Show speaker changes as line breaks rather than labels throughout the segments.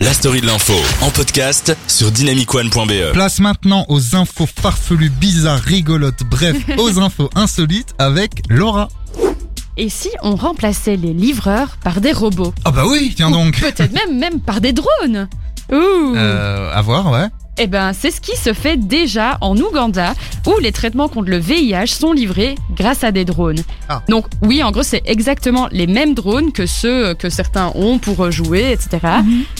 la story de l'info en podcast sur dynamicone.be.
Place maintenant aux infos farfelues, bizarres, rigolotes, bref, aux infos insolites avec Laura.
Et si on remplaçait les livreurs par des robots
Ah bah oui, tiens donc.
Peut-être même même par des drones Ouh
Euh, à voir, ouais.
Eh ben, c'est ce qui se fait déjà en Ouganda, où les traitements contre le VIH sont livrés grâce à des drones.
Ah.
Donc oui, en gros, c'est exactement les mêmes drones que ceux euh, que certains ont pour euh, jouer, etc.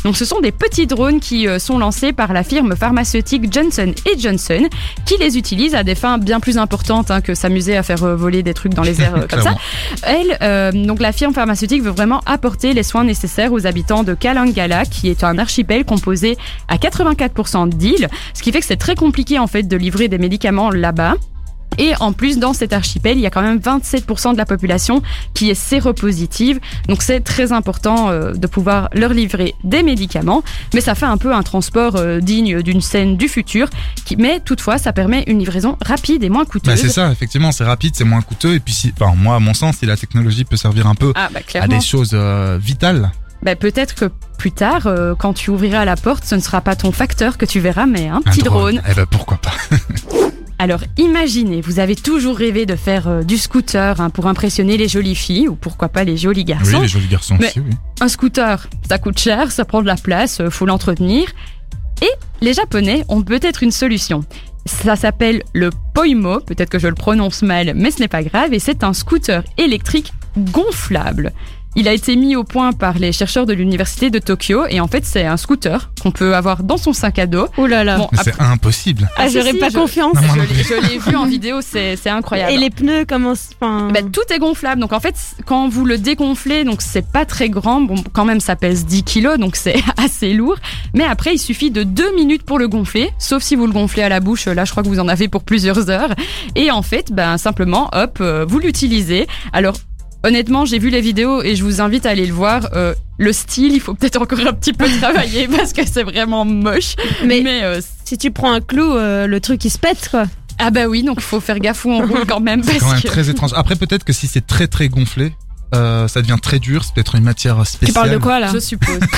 Donc ce sont des petits drones qui euh, sont lancés par la firme pharmaceutique Johnson Johnson, qui les utilise à des fins bien plus importantes hein, que s'amuser à faire euh, voler des trucs dans les airs euh, comme ça.
Clairement.
Elle, euh, donc la firme pharmaceutique veut vraiment apporter les soins nécessaires aux habitants de Kalangala, qui est un archipel composé à 84% d'îles, ce qui fait que c'est très compliqué en fait de livrer des médicaments là-bas. Et en plus, dans cet archipel, il y a quand même 27% de la population qui est séropositive. Donc c'est très important euh, de pouvoir leur livrer des médicaments. Mais ça fait un peu un transport euh, digne d'une scène du futur. Qui, mais toutefois, ça permet une livraison rapide et moins
Bah
coûteuse.
c'est ça, effectivement, c'est rapide, c'est moins coûteux. Et puis, si, enfin, moi, à mon sens, si la technologie peut servir un peu
ah bah
à
clairement.
des choses euh, vitales,
Bah, peut-être que plus tard, euh, quand tu ouvriras la porte, ce ne sera pas ton facteur que tu verras, mais un
un
petit drone.
Eh ben pourquoi pas.
Alors imaginez, vous avez toujours rêvé de faire euh, du scooter hein, pour impressionner les jolies filles, ou pourquoi pas les jolis
Oui,
garçons.
les jolis garçons
Mais-
aussi, oui.
Un scooter, ça coûte cher, ça prend de la place, euh, faut l'entretenir. Et les Japonais ont peut-être une solution. Ça s'appelle le Poimo, peut-être que je le prononce mal, mais ce n'est pas grave, et c'est un scooter électrique gonflable. Il a été mis au point par les chercheurs de l'université de Tokyo, et en fait c'est un scooter qu'on peut avoir dans son sac à dos.
Oh là là.
Bon,
Mais
après-
c'est impossible.
ah,
si,
j'aurais
si,
pas
je-
confiance.
Non, moi
je
non
l'ai- je l'ai vu en vidéo, c'est c'est incroyable.
Et les pneus commencent. Enfin,
Ben, tout est gonflable. Donc en fait, c- quand vous le dégonflez, donc c'est pas très grand. Bon, quand même, ça pèse 10 kilos, donc c'est assez lourd. Mais après, il suffit de deux minutes pour le gonfler, sauf si vous le gonflez à la bouche. Là, je crois que vous en avez pour plusieurs heures. Et en fait, ben simplement, hop, euh, vous l'utilisez. Alors honnêtement, j'ai vu les vidéos et je vous invite à aller le voir. Euh, le style, il faut peut-être encore un petit peu travailler parce que c'est vraiment moche.
mais,
Mais euh,
si tu prends un clou, euh, le truc il se pète quoi.
ah bah oui, donc faut faire gaffe où on roule quand même parce
C'est quand même
que
très étrange. Après, peut-être que si c'est très très gonflé, euh, ça devient très dur. C'est peut-être une matière spéciale.
Tu parles de quoi là
je suppose.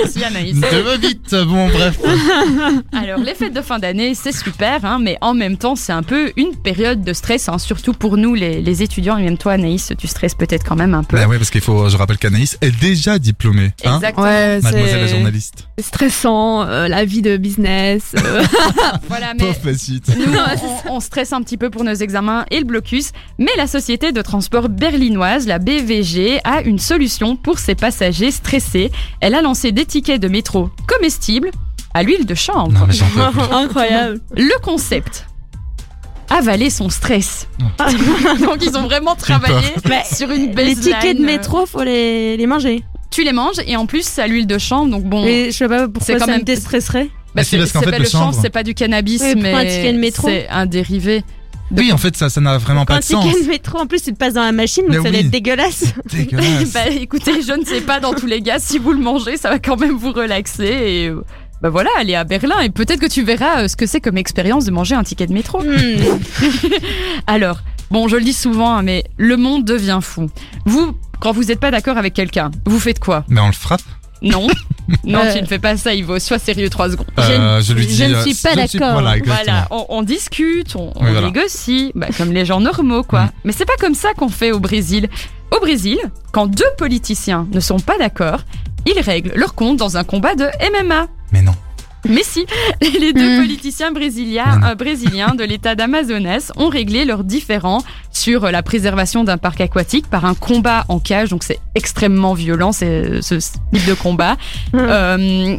Merci Anaïs.
Ça va vite. Bon, bref.
Alors les fêtes de fin d'année, c'est super, hein, mais en même temps, c'est un peu une période de stress, hein, surtout pour nous les, les étudiants. Et même toi, Anaïs, tu stresses peut-être quand même un peu.
Bah ouais, parce qu'il faut. Je rappelle qu'Anaïs est déjà diplômée. Hein
Exactement.
Ouais,
Mademoiselle la
c'est
journaliste.
stressant, euh, la vie de business. euh,
Voilà, mais
Pauvre petite.
nous, on, on stresse un petit peu pour nos examens et le blocus. Mais la société de transport berlinoise, la BVG, a une solution pour ses passagers stressés. Elle a lancé des tickets de métro comestibles à l'huile de chanvre.
Non, mais j'en peux plus.
Incroyable.
Le concept avaler son stress. Donc ils ont vraiment
J'ai peur.
travaillé
Mais
sur une
Ah. les
baseline.
tickets de métro, faut les, les manger.
Tu les manges et en plus c'est à l'huile de chanvre donc bon.
Et je sais pas pourquoi
Mm. C'est quand
ça
même-
me déstresserait.
Mais Bah, si,
c'est-
parce qu'en
c'est
fait,
pas
le chanvre-
c'est pas du cannabis
Oui, pour
mais
un ticket de métro.
c'est un dérivé.
Oui, en fait, ça, ça n'a vraiment
Quand
pas
un
de sens.
ticket de métro, en plus, tu te passes dans la machine,
Mais
donc ça
oui.
doit être dégueulasse.
Dégueulasse.
bah écoutez, je ne sais pas dans tous les cas si vous le mangez, ça va quand même vous relaxer et euh, bah voilà, allez à Berlin et peut-être que tu verras euh, ce que c'est comme expérience de manger un ticket de métro.
Hmm.
Alors, bon, je le dis souvent, hein, mais le monde devient fou. Vous, quand vous n'êtes pas d'accord avec quelqu'un, vous faites quoi
Mais on le frappe.
Non, non,
Euh.
tu ne fais pas ça, Ivo. Sois sérieux trois secondes.
Euh, je lui dis.
je ne
euh,
suis pas
je
d'accord.
Voilà, exactement.
Voilà, on, on discute, on, on
Oui, voilà.
négocie, bah, comme les gens normaux, quoi.
Mm.
Mais c'est pas comme ça qu'on fait au Brésil. Au Brésil, quand deux politiciens ne sont pas d'accord, ils règlent leur compte dans un combat de MMA.
Mais non.
Mais si, les deux
Mm.
politiciens brésiliens,
Mm.
euh, brésiliens de l'État d'Amazonas ont réglé leurs différends sur euh, la préservation d'un parc aquatique par un combat en cage. Donc c'est extrêmement violent c'est- ce type de combat. Euh,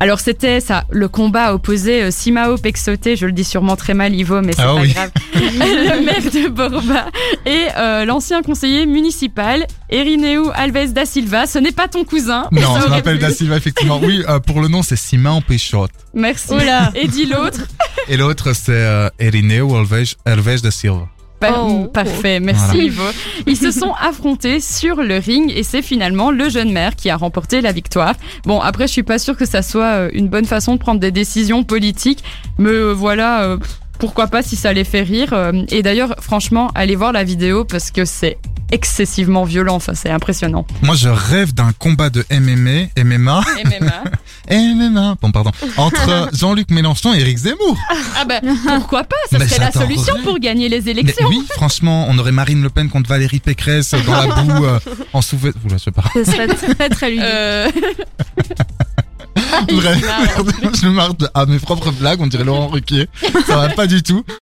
alors c'était ça, le combat opposé euh, Simao Pexoté, je le dis sûrement très mal Ivo, mais c'est
Ah
pas
oui.
grave, le maire de Borba et euh, l'ancien conseiller municipal Erineu Alves da Silva. Ce n'est pas ton cousin.
Non,
Ça
je
aurait
m'appelle
pu.
Da Silva, effectivement. Oui, euh, pour le nom, c'est Simon Peixote.
Merci.
Oula.
Et dit l'autre.
Et l'autre, c'est euh, Erineu Alves, Alves da Silva.
Par-
Oh.
Parfait, merci
Voilà.
Ivo. Ils se sont affrontés sur le ring et c'est finalement le jeune maire qui a remporté la victoire. Bon, après, je suis pas sûre que ça soit euh, une bonne façon de prendre des décisions politiques, mais euh, voilà, euh, pourquoi pas si ça les fait rire. euh, Et d'ailleurs, franchement, allez voir la vidéo parce que c'est excessivement violent. Enfin, c'est impressionnant.
Moi, je rêve d'un combat de MMA, MMA,
MMA.
MMA, bon, pardon, entre Jean-Luc Mélenchon et Éric Zemmour.
Ah ben, pourquoi pas Ça
Mais
serait la
j'adorerais.
solution pour gagner les
Mais
élections.
oui, franchement, on aurait Marine Le Pen contre Valérie Pécresse dans la boue, euh, en souver... Oula, je sais pas.
Ce serait très très ludique.
Euh,
Bref, je me marre de- à mes propres blagues, on dirait Laurent Ruquier. Ça va pas du tout.